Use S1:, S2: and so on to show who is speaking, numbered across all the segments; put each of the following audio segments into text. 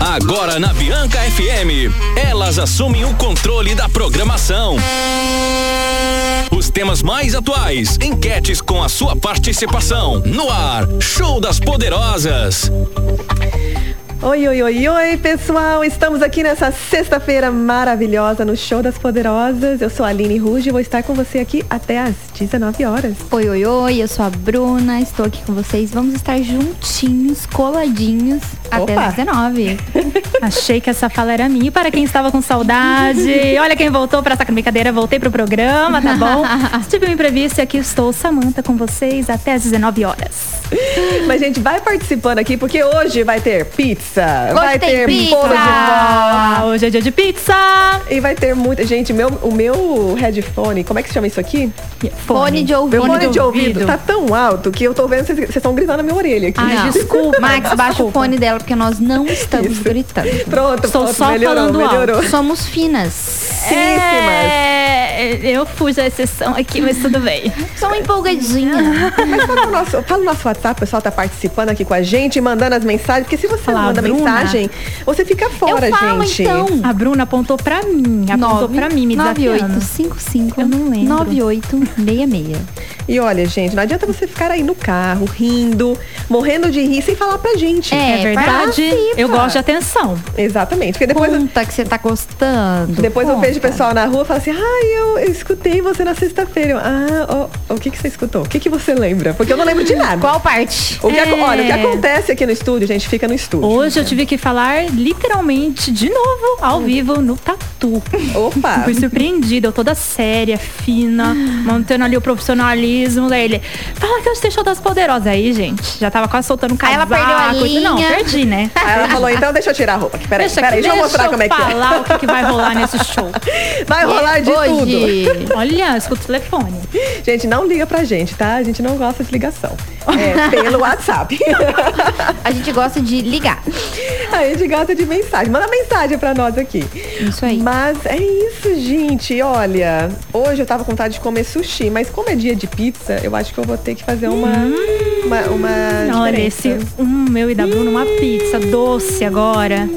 S1: Agora na Bianca FM, elas assumem o controle da programação. Os temas mais atuais, enquetes com a sua participação. No ar, Show das Poderosas.
S2: Oi, oi, oi, oi, pessoal! Estamos aqui nessa sexta-feira maravilhosa no Show das Poderosas. Eu sou a Aline Ruge e vou estar com você aqui até às 19 horas.
S3: Oi, oi, oi, eu sou a Bruna, estou aqui com vocês. Vamos estar juntinhos, coladinhos, até
S2: Opa!
S3: às 19.
S4: Achei que essa fala era minha. E para quem estava com saudade, olha quem voltou para essa brincadeira. Voltei pro programa, tá bom? Se Tive um imprevisto e aqui estou, Samanta, com vocês até às 19 horas.
S2: Mas, gente, vai participando aqui porque hoje vai ter pizza, vai
S3: tem
S2: ter
S3: pizza!
S2: bolo de vó
S4: Ah, hoje é dia de pizza.
S2: e vai ter muita. Gente, meu, o meu headphone, como é que se chama isso aqui?
S3: Fone de ouvido.
S2: Meu fone, de ouvido. tá tão alto que eu tô vendo vocês vocês estão gritando na minha orelha aqui.
S3: Ai,
S4: Não.
S3: desculpa, Max, baixa o
S4: desculpa.
S3: fone dela, porque nós não estamos gritando.
S2: Pronto,
S4: Estou
S2: pronto,
S4: só
S2: melhorou,
S4: falando alto.
S2: melhorou.
S3: Somos finas.
S2: Altíssimas.
S4: É, eu fujo a exceção aqui, mas tudo bem.
S3: Sou uma empolgadinha.
S2: Mas fala o nosso, fala o nosso WhatsApp, o pessoal tá participando aqui com a gente, mandando as mensagens, porque se você não
S4: Fala,
S2: manda
S4: Bruna.
S2: mensagem, você fica fora,
S3: eu falo,
S2: gente.
S3: então.
S4: A Bruna apontou pra mim, apontou pra mim, me desafiando.
S3: 9855
S4: Eu não lembro.
S3: 9866.
S2: E olha, gente, não adianta você ficar aí no carro, rindo, morrendo de rir, sem falar pra gente.
S3: É,
S4: É verdade,
S3: participa.
S4: eu gosto de atenção.
S2: Exatamente, porque depois... eu-
S3: Conta que você tá gostando.
S2: Depois eu
S3: conta.
S2: vejo o pessoal na rua e falo assim, ai, eu, eu escutei você na sexta-feira. Eu, Ah, ó, ó, o que, que você escutou? O que, que você lembra? Porque eu não lembro de nada.
S3: Qual parte?
S2: O que, aco-
S4: É.
S2: Olha, o que acontece aqui no estúdio, gente, fica no estúdio.
S4: Hoje eu tive que falar literalmente de novo, ao vivo, no tatu.
S2: Opa!
S4: Fui surpreendida, eu toda séria, fina, mantendo ali o profissionalismo. Daí ele, fala que eu deixou das poderosas aí, gente. Já tava quase soltando o
S3: Aí
S4: casaco.
S3: ela perdeu a
S4: e- Não,
S3: linha.
S4: perdi, né?
S2: Aí ela falou, então deixa eu tirar a roupa. aqui, Peraí,
S4: Deixa,
S2: peraí, deixa eu mostrar
S4: eu
S2: como é que é.
S4: falar o que, que vai rolar nesse show.
S2: Vai rolar de tudo.
S3: Hoje.
S4: Olha, escuta o telefone.
S2: Gente, não liga pra gente, tá? A gente não gosta de ligação. É, pelo WhatsApp.
S3: A gente gosta de ligar.
S2: A gente gosta de mensagem. Manda mensagem pra nós aqui.
S3: Isso aí.
S2: Mas é isso, gente. Olha, hoje eu tava com vontade de comer sushi, mas como é dia de pizza, eu acho que eu vou ter que fazer uma.
S3: Hum.
S2: Uma. uma
S4: Olha,
S2: diferença.
S4: esse um meu e da Bruna, uma pizza doce agora.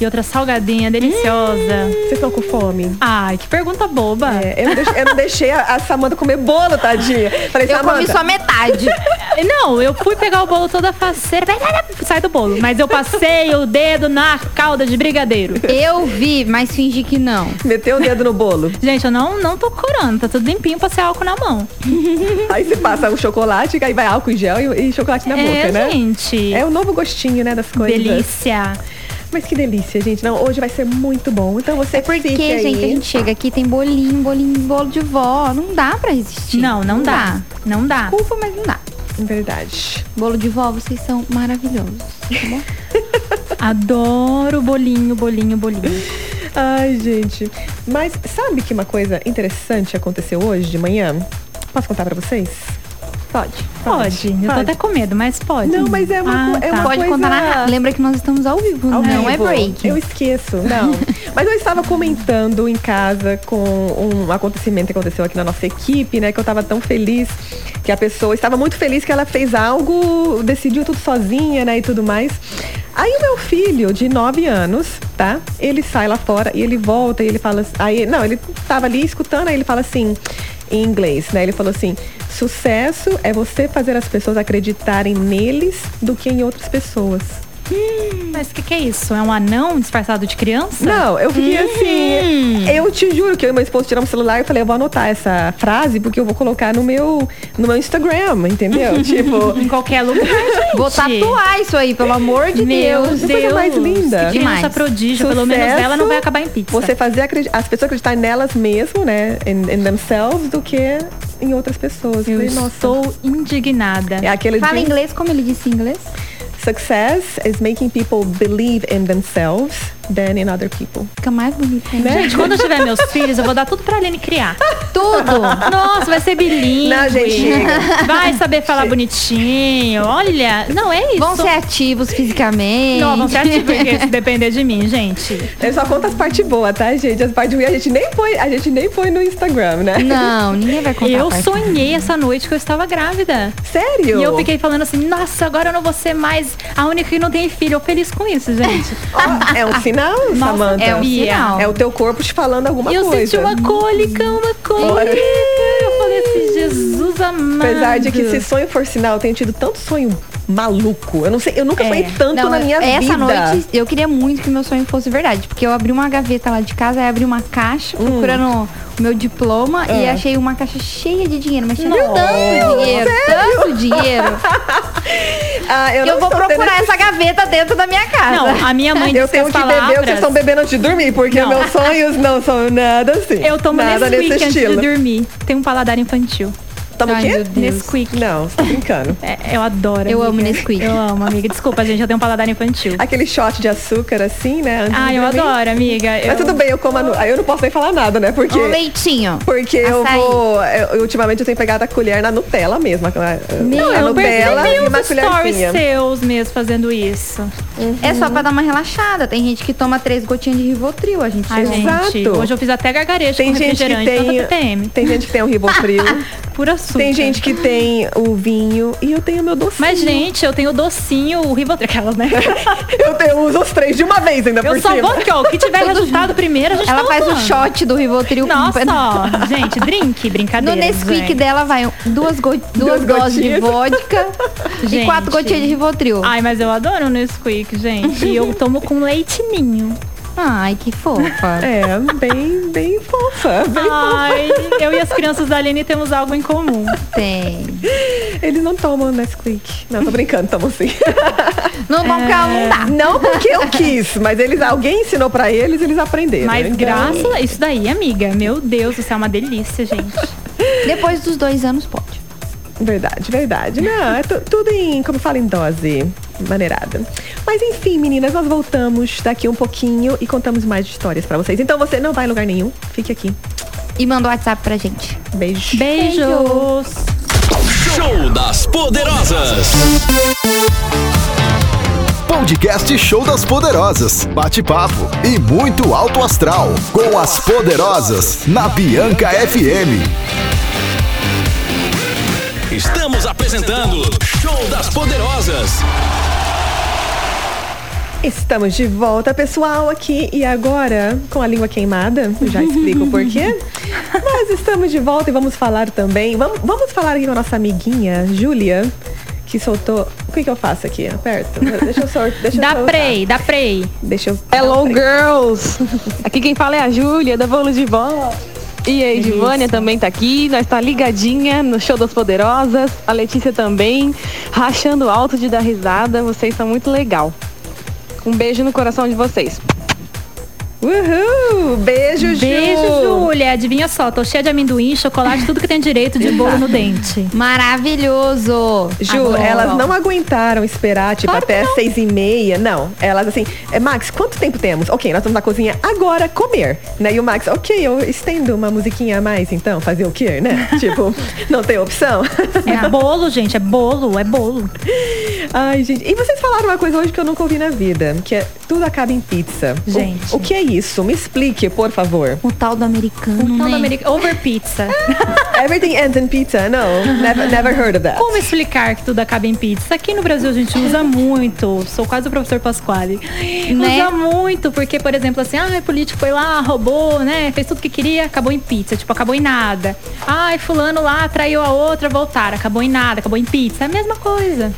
S4: E outra salgadinha deliciosa.
S2: Vocês estão com fome?
S4: Ai, que pergunta boba.
S3: Ah.
S2: É, eu, não deixei, eu não deixei a, a Samanta comer bolo, tadinha. Falei,
S3: Eu
S2: Samanta.
S3: comi só metade.
S4: Não, eu fui pegar o bolo toda faceira. Sai do bolo. Mas eu passei o dedo na calda de brigadeiro.
S3: Eu vi, mas fingi que não.
S2: Meteu o dedo no bolo.
S4: Gente, eu não, não tô curando. Tá tudo limpinho, passei álcool na mão.
S2: Aí você passa o chocolate, aí vai álcool em gel e, e chocolate na
S4: é,
S2: boca, né?
S4: gente.
S2: É o novo gostinho, né, das coisas.
S4: delícia.
S2: Mas que delícia, gente. Não, hoje vai ser muito bom. Então você
S3: É Porque,
S2: fique aí.
S3: gente, a gente chega aqui, tem bolinho, bolinho, bolo de vó. Não dá pra resistir.
S4: Não, não dá. Não dá.
S3: Culpa, mas não dá.
S2: Verdade.
S3: Bolo de vó, vocês são maravilhosos, tá bom?
S4: Adoro bolinho, bolinho, bolinho.
S2: Ai, gente. Mas sabe que uma coisa interessante aconteceu hoje de manhã? Posso contar pra vocês? Pode.
S4: Pode. Eu tô até com medo, mas pode.
S2: Não, mas é uma
S4: Ah,
S2: co- é
S4: tá.
S2: uma
S3: Pode
S2: coisa-
S3: contar na ra- Lembra que nós estamos ao vivo,
S2: Ao
S3: não é
S2: vivo.
S3: break.
S2: Eu esqueço, não. Mas eu estava comentando em casa com um acontecimento que aconteceu aqui na nossa equipe, né? Que eu estava tão feliz que a pessoa estava muito feliz que ela fez algo, decidiu tudo sozinha, né? E tudo mais. Aí o meu filho, de 9 anos, tá? Ele sai lá fora e ele volta e ele fala. Aí, não, ele estava ali escutando, aí ele fala assim, em inglês, né? Ele falou assim: sucesso é você fazer as pessoas acreditarem neles do que em outras pessoas.
S4: Mas o que, que é isso? É um anão disfarçado de criança?
S2: Não, eu fiquei
S4: Uhum.
S2: assim. Eu te juro que eu e meu esposo tiramos o celular e falei, eu vou anotar essa frase porque eu vou colocar no meu, no meu Instagram, entendeu? tipo,
S4: Em qualquer lugar, gente.
S3: Vou tatuar isso aí, pelo amor de
S4: Meu
S3: Deus.
S4: Deus.
S2: coisa é mais linda.
S4: Que criança
S3: Demais.
S4: prodígio. Pelo menos
S2: Sucesso,
S4: ela não vai acabar em pizza.
S2: Você fazer acredi- as pessoas acreditarem nelas mesmo, né? In, in themselves, do que em outras pessoas.
S4: Eu
S2: falei, nossa.
S4: estou indignada. Né?
S2: É aquele
S3: Fala
S2: de than in other people.
S3: Fica mais né? bonita,
S2: Né?
S3: hein?
S4: Gente, quando eu tiver meus filhos, eu vou dar tudo pra Aline criar.
S3: Tudo!
S4: Nossa, vai ser bilíngue.
S2: Não, gente, chega.
S4: Vai saber falar bonitinho. Olha, não é isso.
S3: Vão ser ativos fisicamente.
S4: Não, vão ser ativos, porque se depender de mim, gente.
S2: Eu só conto as partes boas, tá, gente? As partes ruins a gente nem põe, a gente nem põe no Instagram, né?
S3: Não, ninguém vai contar. a
S4: Eu
S3: parte.
S4: sonhei essa noite que eu estava grávida.
S2: Sério?
S4: E eu fiquei falando assim, nossa, agora eu não vou ser mais a única que não tem filho. Eu feliz com isso, gente.
S2: Ó, é um sinal, Samantha.
S3: É um
S4: Bia.
S3: sinal.
S2: É o teu corpo te falando alguma
S4: E eu
S2: coisa.
S4: senti uma cólica, uma
S2: Olha.
S4: cólica. Eu falei assim, Jesus amado.
S2: Apesar de que se sonho for sinal, eu tenho tido tanto sonho maluco. Eu não sei, eu nunca
S4: É.
S2: sonhei tanto
S3: Não,
S2: na minha
S3: essa
S2: vida.
S3: noite eu queria muito que meu sonho fosse verdade, porque eu abri uma gaveta lá de casa, aí abri uma caixa
S2: Hum.
S3: procurando o meu diploma
S2: É.
S3: e achei uma caixa cheia de dinheiro, mas tinha tanto dinheiro, tanto dinheiro.
S2: Ah, eu
S3: que eu
S2: não
S3: vou
S2: tô tendo
S3: procurar
S2: esse-
S3: essa gaveta dentro da minha casa.
S4: Não, a minha mãe
S2: Eu
S4: disse
S2: tenho
S4: que
S2: que
S4: as
S2: beber,
S4: palavras-
S2: vocês estão bebendo antes de dormir, porque
S4: Não.
S2: meus sonhos não são nada assim.
S4: É, Eu tomo
S2: nada
S4: Nesquik
S2: nesse
S4: antes
S2: estilo.
S4: de dormir. Tem um paladar infantil.
S2: Toma o
S3: Ai,
S2: quê?
S3: meu Deus.
S4: Nesquik.
S2: Não, você tá brincando.
S4: É, eu adoro.
S3: Eu amo
S4: amiga.
S3: Nesquik.
S4: Eu amo, amiga. Desculpa, gente, eu tenho um paladar infantil.
S2: Aquele shot de açúcar assim, né? antes
S4: Ah,
S2: de
S4: eu
S2: dormir.
S4: adoro, amiga. Eu...
S2: Mas tudo bem, eu como. a nu- Aí eu não posso nem falar nada, né? Porque.
S3: Um leitinho.
S2: Porque eu
S3: Açaí.
S2: vou. eu- ultimamente eu tenho pegado a colher na Nutella mesmo. A,
S3: Meu,
S2: a
S4: Eu
S2: Nutella
S4: percebi
S2: é e uma
S4: uns stories
S2: colherzinha.
S4: seus mesmo fazendo isso.
S3: É
S2: Uhum.
S3: só pra dar uma relaxada. Tem gente que toma três gotinhas de Rivotril, a gente.
S4: Ai,
S3: toma.
S4: gente,
S2: Exato.
S4: hoje eu fiz até gargarejo
S2: Tem
S4: com
S2: gente que
S4: refrigerante, tanta
S2: tem.
S4: TPM,
S2: Tem gente que tem o Ribotril.
S4: por açúcar.
S2: tem gente que tem o vinho. E eu tenho o meu docinho.
S4: Mas, gente, eu tenho o docinho, o Rivotril, aquela, né?
S2: Eu, tenho, eu uso os três de uma vez ainda por
S4: Eu só
S2: cima.
S4: vou que, ó, o que tiver resultado primeiro, a gente
S3: Ela
S4: tá
S3: faz o
S4: usando.
S3: shot do Rivotril
S4: Nossa,
S3: com
S4: ó, gente, drink, brincadeira.
S3: No Nesquik
S4: gente.
S3: dela vai duas, go- duas,
S2: Duas
S3: doses de
S2: gotinhas.
S3: vodka e
S4: Gente.
S3: quatro gotinhas de Rivotril.
S4: Ai, mas eu adoro o Nesquik, gente. E eu tomo com leitinho.
S3: Ai, que fofa.
S2: É, bem, bem fofa. Bem
S4: Ai, eu e as crianças da Aline temos algo em comum.
S3: Tem.
S2: Eles não tomam Nesquik. Não, tô brincando, tomam sim.
S4: Tá.
S3: Não vamos ficar um dá.
S2: Não porque eu quis, mas eles, alguém ensinou pra eles, eles aprenderam.
S4: Mas
S2: Então,
S4: graças a isso daí, amiga. Meu Deus, isso é uma delícia, gente.
S3: Depois dos dois anos pode.
S2: Verdade, verdade. Não, é tu- tudo em, como fala, em dose maneirada. Mas enfim, meninas, nós voltamos daqui um pouquinho e contamos mais histórias pra vocês. Então você não vai em lugar nenhum, fique aqui.
S3: E mandou WhatsApp pra gente.
S2: Beijo.
S4: Beijos.
S1: Show das Poderosas.
S5: Podcast Show das Poderosas, bate-papo e muito alto astral com as poderosas na Bianca FM.
S1: Estamos apresentando Show das Poderosas.
S2: Estamos de volta, pessoal, aqui e agora com a língua queimada. Eu Já explico o porquê. Mas estamos de volta e vamos falar também. Vamos, vamos falar aqui com a nossa amiguinha, Júlia, que soltou. O que, que eu faço aqui? Aperto? Deixa eu sort... Deixa eu
S4: Dá
S2: soltar.
S4: prey, dá prey.
S2: Deixa eu.
S6: Hello, girls! Aqui quem fala é a Júlia, da Bolo de Bola. E a Edivânia também tá aqui, nós tá ligadinha no Show das Poderosas, a Letícia também, rachando alto de dar risada, vocês são muito legal. Um beijo no coração de vocês.
S2: Uhul! Beijo, Ju!
S4: Beijo, Júlia. Adivinha só, tô cheia de amendoim, chocolate, tudo que tem direito de bolo no dente.
S3: Maravilhoso.
S2: Ju,
S3: Agora.
S2: elas não aguentaram esperar, tipo, até seis e meia. Não, elas assim, "É, Max, quanto tempo temos? Ok, nós vamos na cozinha agora comer, né? E o Max, ok, eu estendo uma musiquinha a mais, então, fazer o quê, né? tipo, não tem opção.
S4: É bolo, gente, é bolo, é bolo.
S2: Ai, gente. E vocês falaram uma coisa hoje que eu nunca ouvi na vida, que é tudo acaba em pizza. O-
S4: Gente.
S2: O, que é isso? Me explique, por favor.
S3: O tal do americano,
S4: Então,
S3: né?
S4: da America- Over pizza.
S2: Everything ends in pizza. No, never, never heard of that.
S4: Como explicar que tudo acaba em pizza? Aqui no Brasil a gente usa muito. Sou quase o professor Pasquale.
S3: Né?
S4: Usa muito, porque, por exemplo, assim, ah, o político foi lá, roubou, né? Fez tudo que queria, acabou em pizza. Tipo, acabou em nada. Ai, fulano lá traiu a outra, voltaram. Acabou em nada, acabou em pizza. É a mesma coisa.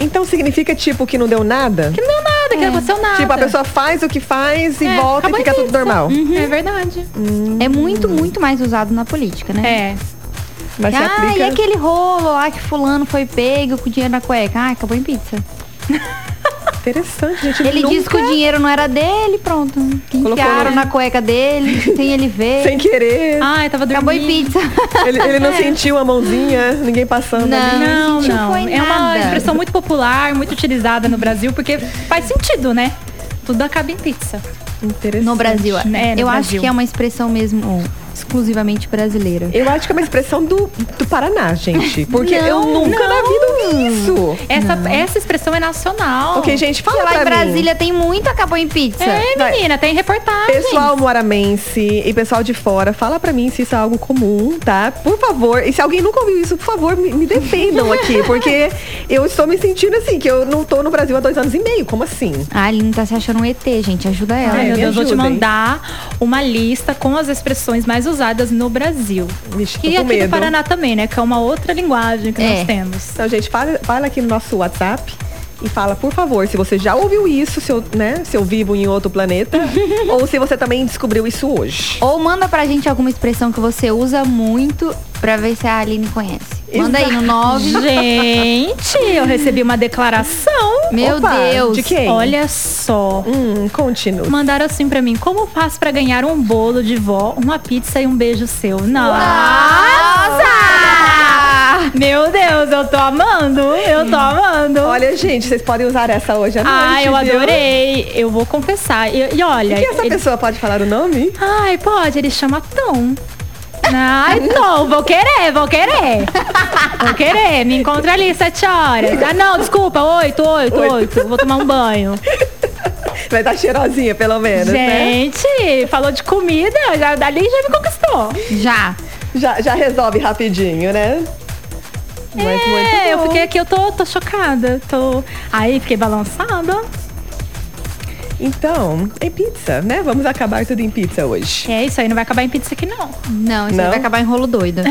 S2: Então significa, tipo, que não deu nada?
S4: Que não deu nada,
S3: É.
S4: que não aconteceu nada.
S2: Tipo, a pessoa faz o que faz e
S4: É,
S2: volta e
S4: acabou em
S2: fica tudo
S4: pizza.
S2: normal.
S3: Hum.
S4: Uhum, É verdade.
S3: É muito, muito mais usado na política, né?
S4: É.
S2: Mas se
S3: ah,
S2: aplica.
S3: e aquele rolo lá que fulano foi pego com dinheiro na cueca. Ah, acabou em pizza.
S2: Interessante, gente.
S3: Ele
S2: nunca-
S3: disse que o dinheiro não era dele, pronto. Que
S2: Colocou,
S3: enfiaram
S2: né?
S3: na cueca dele, sem ele ver.
S2: Sem querer.
S4: Ai, tava dormindo.
S3: Acabou em pizza.
S2: Ele, ele
S3: é.
S2: não sentiu a mãozinha, ninguém passando ali.
S4: Não,
S3: sentiu
S4: não.
S3: foi
S4: É uma
S3: nada.
S4: expressão muito popular, muito utilizada no Brasil, porque faz sentido, né? Tudo acaba em pizza.
S2: É Interessante.
S3: No Brasil.
S4: Né, no
S3: eu acho
S4: Brasil.
S3: que é uma expressão mesmo exclusivamente brasileira.
S2: Eu acho que é uma expressão do, do Paraná, gente. Porque eu
S4: Não.
S2: nunca na vida ouvi isso.
S4: Essa, essa expressão é nacional.
S2: Ok, gente, fala
S3: Sei lá, em
S2: pra mim.
S3: Brasília tem muito acabou em pizza.
S4: É,
S2: Vai.
S4: menina, tem reportagem.
S2: Pessoal moaramense e pessoal de fora, fala pra mim se isso é algo comum, tá? Por favor, e se alguém nunca ouviu isso, por favor, me, me defendam aqui, porque eu estou me sentindo assim, que eu não tô no Brasil há dois anos e meio, como assim?
S3: A Aline tá se achando um ET, gente. Ajuda ela.
S4: Ai,
S2: É,
S4: meu
S2: me
S4: Deus, vou te
S2: ajudem.
S4: mandar uma lista com as expressões mais usadas no Brasil.
S2: Vixe, tô
S4: E
S2: com
S4: aqui
S2: medo.
S4: no Paraná também, né? Que é uma outra linguagem que
S3: É.
S4: nós temos.
S2: Então, gente, fala, fala aqui no nosso WhatsApp e fala, por favor, se você já ouviu isso, se eu, né, se eu vivo em outro planeta, ou se você também descobriu isso hoje.
S3: Ou manda pra gente alguma expressão que você usa muito pra ver se a Aline conhece. Manda aí no 9.
S4: Gente, eu recebi uma declaração.
S3: Meu
S2: Opa,
S3: Deus.
S2: de quem?
S4: Olha só.
S2: Hum, continua.
S4: Mandaram assim pra mim, como faço pra ganhar um bolo de vó, uma pizza e um beijo seu? Não.
S3: Nossa!
S4: Meu Deus, eu tô amando, eu tô amando.
S2: Olha, gente, vocês podem usar essa hoje à noite.
S4: Ah, eu
S2: viu?
S4: adorei. Eu vou confessar. E, e
S2: E
S4: olha.
S2: que é essa
S4: ele-
S2: pessoa pode falar o nome?
S4: Ai, pode, ele chama Tom. Ai, Tom, vou querer, vou querer. Vou querer, me encontra ali, sete horas. Ah, não, desculpa, oito, oito, oito. Vou tomar um banho.
S2: Vai estar cheirosinha, pelo menos, né?
S4: Gente, falou de comida, já, dali já me conquistou.
S3: Já.
S2: Já, já resolve rapidinho, né? Mas
S4: É, eu
S2: bom.
S4: fiquei aqui, eu tô, tô chocada. Tô... Aí, fiquei balançada.
S2: Então, é pizza, né? Vamos acabar tudo em pizza hoje.
S4: É isso aí, não vai acabar em pizza aqui, não.
S3: Não, isso
S2: Não?
S3: aí vai acabar em rolo doido.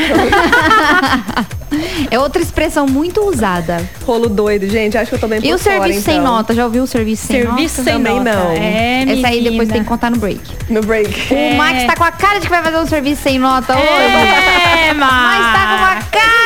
S3: é outra expressão muito usada.
S2: Rolo doido, gente. Acho que eu tô bem
S3: E
S2: por
S3: o
S2: fora,
S3: serviço sem
S2: então.
S3: nota? Já ouviu o serviço sem
S4: Serviço
S3: nota?
S4: sem
S2: também
S4: nota.
S2: não.
S4: É,
S3: Essa aí depois
S4: menina.
S3: tem que contar no break.
S2: No break.
S3: O
S4: É.
S3: Max tá com a cara de que vai fazer um serviço sem nota hoje.
S4: É, mas...
S3: Mas tá com uma cara!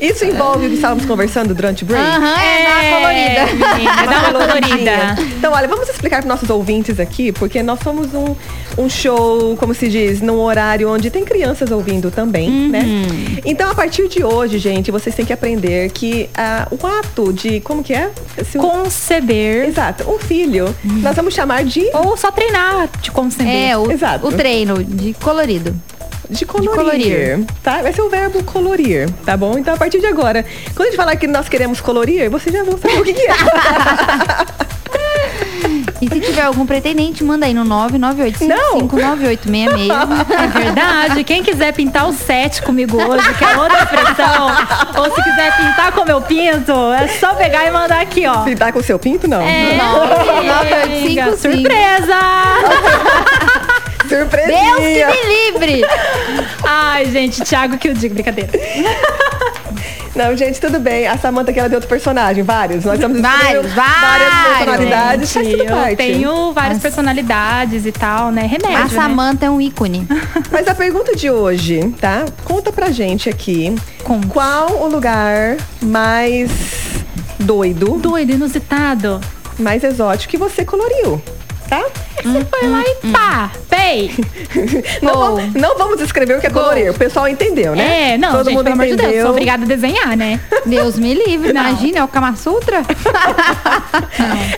S2: Isso envolve o que estávamos conversando durante o break?
S3: Aham, é, dá uma
S4: É,
S3: colorida.
S4: menina, dá uma
S2: coloridinha.
S4: colorida.
S2: Então, olha, vamos explicar para nossos ouvintes aqui, porque nós somos um, um show, como se diz, num horário onde tem crianças ouvindo também, né?
S3: Uhum.
S2: Então, a partir de hoje, gente, vocês têm que aprender que ah, o ato de, como que é? Se um-
S4: Conceber.
S2: Exato, um filho,
S3: Uhum.
S2: nós vamos chamar de,
S4: Ou só treinar te conceber.
S3: É, o,
S2: Exato.
S3: o treino de colorido.
S2: de colorir,
S3: colorir.
S2: tá? Vai ser o verbo colorir, tá bom? Então, a partir de agora, quando a gente falar que nós queremos colorir, vocês já vão saber o que que é.
S3: E se tiver algum pretendente, manda aí no 998559866.
S4: É verdade. Quem quiser pintar o set comigo hoje, que é outra expressão, ou se quiser pintar como eu pinto, é só pegar e mandar aqui, ó. É,
S2: Se tá com o seu pinto, não.
S3: É.
S4: Amiga,
S3: 99855.
S4: Surpresa!
S2: Surpresinha.
S3: Deus que me livre!
S4: Ai, gente, Thiago que eu digo, brincadeira.
S2: Não, gente, tudo bem. A Samanta que ela deu outro personagem, vários. Nós estamos
S3: Vários,
S2: descobrindo
S3: vários.
S2: várias personalidades. Faz
S4: Gente,
S2: tudo parte.
S4: eu tenho várias personalidades e tal, né? Remédio,
S3: A
S4: né?
S3: Samanta é um ícone.
S2: Mas a pergunta de hoje, tá? Conta pra gente aqui
S4: Conte.
S2: qual o lugar mais doido,
S4: Doido, inusitado.
S2: mais exótico que você coloriu, tá?
S3: Hum,
S4: Você foi lá e pá, pei.
S2: Não,
S3: Gol.
S2: vamos- não vamos escrever o que é colorir. O pessoal entendeu, né?
S4: É, não,
S2: Todo
S4: gente,
S2: mundo
S4: pelo amor de
S2: entendeu.
S4: Deus, sou obrigada a desenhar, né?
S3: Deus me livre, imagina, é o Kama Sutra?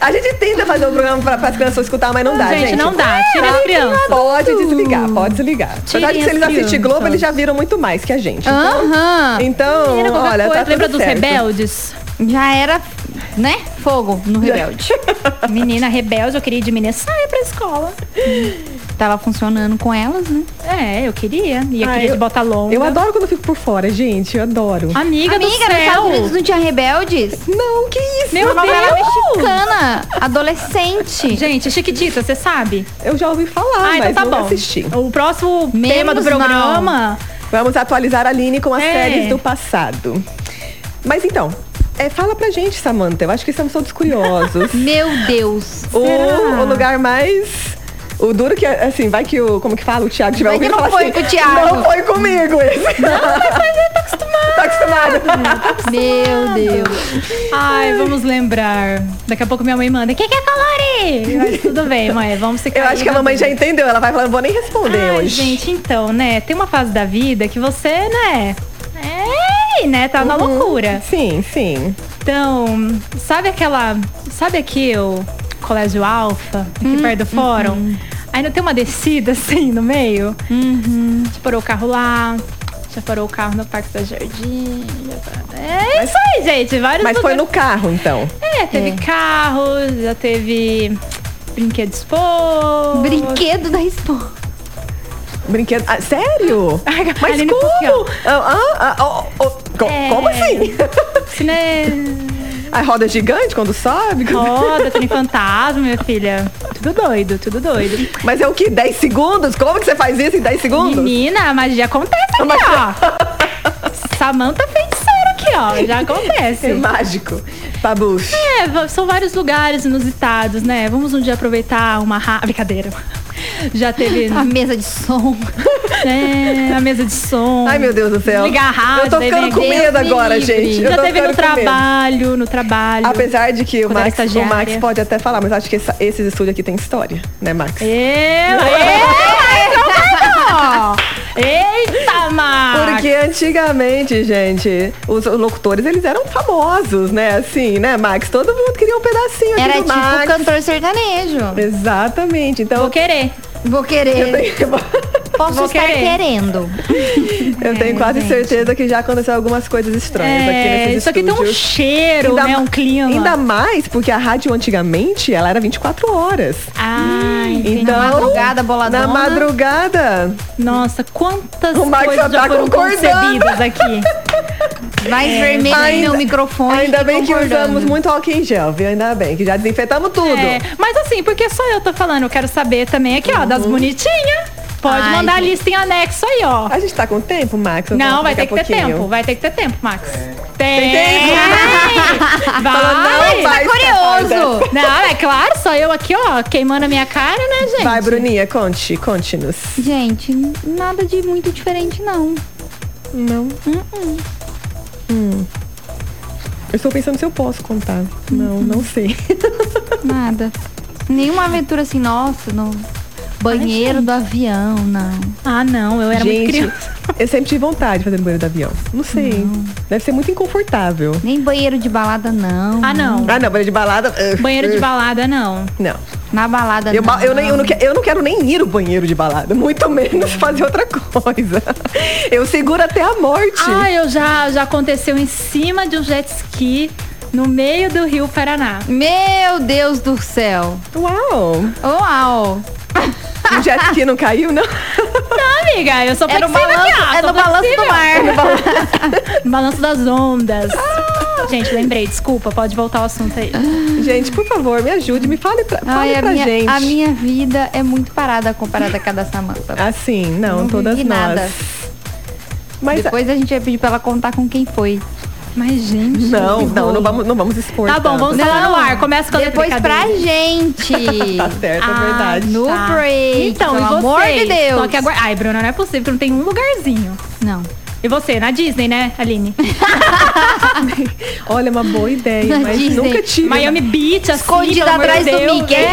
S2: A gente tenta fazer um programa pra, as crianças escutar, mas não dá,
S4: gente,
S2: gente. Ah,
S4: não dá. Tira as crianças.
S2: Pode desligar, pode desligar. Apesar de que se
S4: as
S2: eles assistirem
S4: crianças.
S2: Globo, eles já viram muito mais que a gente.
S3: Aham.
S2: Então,
S4: Menina, qualquer
S2: olha,
S4: coisa.
S2: tá
S4: Lembra
S2: tudo
S4: dos
S2: certo.
S4: rebeldes?
S3: Já era, né? Fogo no Rebelde.
S4: Menina rebelde, eu queria ir de menina saia pra escola.
S3: Tava funcionando com elas, né?
S4: É, eu queria. E eu
S2: Ah,
S4: queria
S2: eu-
S4: de bota longa.
S2: Eu adoro quando eu fico por fora, gente. Eu adoro.
S4: Amiga, do
S3: Amiga, tá nos Estados Unidos
S4: céu.
S3: não tinha rebeldes?
S4: Ah,
S2: Não, que isso?
S4: Meu
S3: Uma novela
S4: Deus.
S3: é mexicana, adolescente.
S4: Gente, Chiquitita, você sabe?
S2: Eu já ouvi falar,
S4: ah,
S2: mas
S4: então tá
S2: nunca
S4: bom.
S2: assisti.
S4: O próximo
S3: Menos
S4: tema do
S3: mal.
S4: programa.
S2: Vamos atualizar a Aline com as
S4: É.
S2: séries do passado. Mas então, é, fala pra gente, Samantha. Eu acho que estamos todos curiosos.
S3: Meu Deus.
S2: o,
S4: Será?
S2: o lugar mais... O duro que, assim, vai que o... Como que fala? O Thiago tiver
S3: Vai que
S2: ouvindo
S3: não
S2: falar
S3: foi
S2: assim,
S3: com o Thiago.
S2: Não foi comigo esse. Não, mas tá acostumado. Tá acostumado.
S3: Meu Deus.
S4: Ai, vamos lembrar. Daqui a pouco minha mãe manda. O que, que é colore? Mas tudo bem, mãe. Vamos ficar.
S2: Eu acho
S4: aí
S2: que a
S4: na
S2: mamãe já
S4: dúvida.
S2: entendeu. Ela vai falar, não vou nem responder
S4: Ai,
S2: hoje.
S4: gente, então, né? Tem uma fase da vida que você, né? É, né? Tá na
S2: Uhum.
S4: loucura.
S2: Sim, sim.
S4: Então, sabe aquela. Sabe aqui o Colégio Alfa, aqui
S2: Uhum,
S4: perto do fórum. Aí não tem uma descida assim no meio? Uhum. Já parou o carro lá, já parou o carro no Parque da Jardim. já parou- É isso aí, gente. Vários
S2: Mas foi
S4: lugares.
S2: no carro, então.
S4: É, teve carro, já teve brinquedo expo.
S3: Brinquedo da Expo.
S2: Brinquedo. Ah, sério? Mas
S4: Aline,
S2: como?
S4: por
S2: Ah, ah, ah, oh, oh, co-
S4: É.
S2: Como assim?
S4: Cine...
S2: A roda é gigante quando sobe?
S4: Roda, tem fantasma, minha filha. Tudo doido, tudo doido.
S2: Mas é o que? 10 segundos? Como que você faz isso em 10 segundos?
S4: Menina, a magia acontece aqui,
S2: Mas-
S4: ó. Samanta feiticeira aqui, ó. Já
S2: É
S4: acontece.
S2: mágico. Babush.
S4: É, va- são vários lugares inusitados, né? Vamos um dia aproveitar uma ra... brincadeira. Já teve
S3: A mesa de som.
S4: né, a mesa de som.
S2: Ai, meu Deus do céu.
S4: Ligar a rádio,
S2: Eu tô ficando
S4: daí
S2: com
S4: vem-
S2: medo
S4: Deus
S2: agora,
S4: me livre.
S2: gente. Eu
S4: Já
S2: tô
S4: teve no
S2: ficando com medo.
S4: trabalho, no trabalho.
S2: Apesar de que o
S4: Quando era
S2: Max, o
S4: estagiária.
S2: Max pode até falar, mas acho que essa- esses estúdios aqui tem história, né, Max?
S4: Eu, eu, Eita, Max!
S2: Porque antigamente, gente, os locutores, eles eram famosos, né? Assim, né, Max? Todo mundo queria um pedacinho aqui
S3: Era
S2: do
S3: tipo
S2: Max.
S3: cantor sertanejo.
S2: Exatamente. Então,
S4: Vou querer.
S3: Vou
S2: eu
S3: querer.
S2: tenho,
S3: Posso
S4: vou
S3: estar
S4: querer.
S3: querendo.
S2: eu tenho quase certeza que já aconteceu algumas coisas estranhas aqui
S4: É,
S2: nesses
S4: isso aqui tem um
S2: estúdios.
S4: cheiro, né?
S2: ma-
S4: Um clima.
S2: Ainda mais porque a rádio antigamente, ela era 24 horas.
S4: Ah, entendi.
S2: Então,
S3: madrugada,
S4: Tá
S3: boladona.
S4: né?
S2: Na madrugada,
S4: um- Nossa, quantas
S2: O Max já
S4: coisas já
S2: tá
S4: foram
S2: concordando.
S4: concebidas aqui.
S3: Mais
S4: É.
S3: vermelho no
S2: Ainda-
S3: meu microfone.
S2: ainda
S3: e
S2: bem que
S3: concordando.
S2: usamos muito álcool em gel, viu? Ainda bem, que já desinfetamos tudo.
S4: É, mas assim, porque só eu tô falando, eu quero saber também aqui,
S2: Uhum.
S4: ó, das bonitinhas. Pode
S3: Ai,
S4: mandar a
S3: gente.
S4: lista em anexo aí, ó.
S2: A gente tá com tempo, Max? Eu
S4: Não,
S2: volto
S4: vai ter que
S2: daqui a
S4: ter
S2: pouquinho. É.
S4: tempo. Vai ter que ter tempo, Max. Tem. Vai.
S2: Falando, não, vai.
S3: Tá curioso.
S4: Não, é claro, só eu aqui, ó, queimando a minha cara, né, gente?
S2: Vai, Bruninha, conte, conte-nos.
S3: Gente, nada de muito diferente, não.
S2: Não. Hum. Eu estou pensando se eu posso contar. Não, não sei.
S3: Nada. Nenhuma aventura assim, nossa, no banheiro do avião, não.
S4: Ah, não, eu era muito
S2: Gente,
S4: criança.
S2: eu sempre tive vontade de fazer no banheiro do avião. Não sei. Deve ser muito inconfortável.
S3: Nem banheiro de balada, não.
S4: Ah, não.
S2: Ah, não, banheiro de balada. uh,
S4: Banheiro de
S2: uh,
S4: balada, não.
S2: Não.
S3: Na balada,
S2: Eu,
S3: não.
S2: ba- eu nem, eu, Ah, não que- eu não quero nem ir ao banheiro de balada, muito menos fazer outra coisa. Eu seguro até a morte.
S4: Ah, eu já, já aconteceu em cima de um jet ski no meio do Rio Paraná.
S3: Meu Deus do céu.
S2: Uau!
S3: Uau.
S2: O jet ski não caiu, não?
S4: Não, amiga, eu sou
S3: É no
S4: flexível aqui, ó.
S3: balanço, é
S4: sou
S3: no balanço do
S4: flexível.
S3: mar.
S4: No balanço das ondas.
S3: Ah.
S4: Gente, lembrei, desculpa, pode voltar ao assunto aí.
S2: Gente, por favor, me ajude, me fale pra, fale
S3: Ai, a,
S2: pra
S3: minha,
S2: gente.
S3: a minha vida é muito parada comparada com a da Samanta.
S2: Assim, não,
S3: Não
S2: todas
S3: vivi
S2: nós.
S3: nada.
S2: Mas é.
S3: Depois a gente vai pedir pra ela contar com quem foi.
S4: Mas, gente.
S2: não, não, não vamos, não vamos expor.
S4: Tá bom,
S2: tanto.
S4: vamos falar no ar. Começa com a
S3: Depois
S4: letra
S3: pra
S4: brincadeira.
S3: gente.
S2: Tá certo, é
S4: Ah,
S2: verdade.
S3: No break.
S4: Então,
S3: pelo
S4: e vocês?
S3: amor de Deus.
S4: Só que agora... Ai, Bruna, não é possível que não tem um lugarzinho.
S3: Não.
S4: E você, na Disney, né, Aline?
S2: Olha, é uma boa ideia,
S3: Na
S2: mas
S3: Disney,
S2: nunca tive.
S4: Miami Beach, assim,
S3: Escondida
S4: pelo amor
S3: atrás
S4: de
S3: do
S4: Deus. É.
S3: Mickey.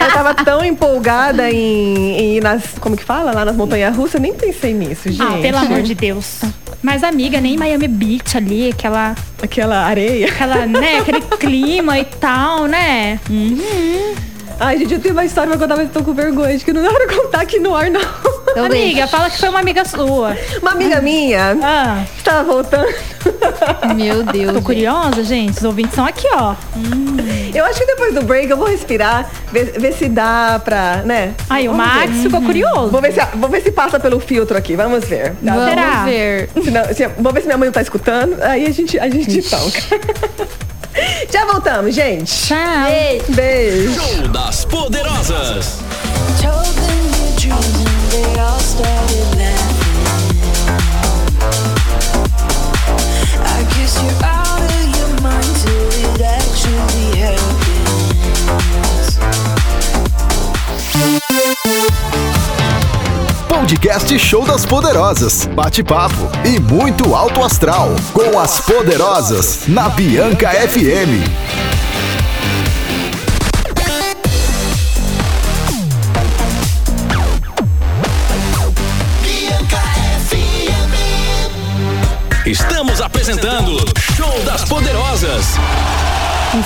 S2: Eu tava tão empolgada em, em ir nas. Como que fala? Lá nas montanhas russas, eu nem pensei nisso, gente.
S4: Ah, pelo amor de
S3: Tá.
S4: Deus. Mas, amiga, nem Miami Beach ali, aquela,
S2: Aquela areia.
S4: aquela né, aquele clima e tal, né?
S2: Ai, gente, eu tenho uma história pra contar, mas eu tô com vergonha. Acho que não dá pra contar aqui no ar, não.
S3: Então
S4: amiga,
S3: deixa.
S4: fala que foi uma amiga sua.
S2: Uma amiga minha
S4: Ah,
S2: estava voltando.
S3: Meu Deus.
S4: tô
S3: gente.
S4: curiosa, gente. Os ouvintes são aqui, ó.
S2: Eu acho que depois do break eu vou respirar, ver, ver se dá pra, né?
S4: Aí, o
S2: Vamos
S4: Max
S2: ver.
S4: ficou curioso.
S2: Vou ver, se, vou ver se passa pelo filtro aqui, vamos ver. Tá?
S3: Vamos
S4: Será?
S3: ver.
S2: Se não- se- vou ver se minha mãe não tá escutando, aí a gente, a gente toca. Já voltamos, gente.
S4: Tchau.
S2: Beijo.
S1: Show das Poderosas.
S7: Told them your dreams and they all started laughing. I guess you're out of your mind till it actually happens.
S5: Podcast Show das Poderosas. Bate-papo e muito alto astral. Com as Poderosas na Bianca FM.
S1: Estamos apresentando Show das Poderosas.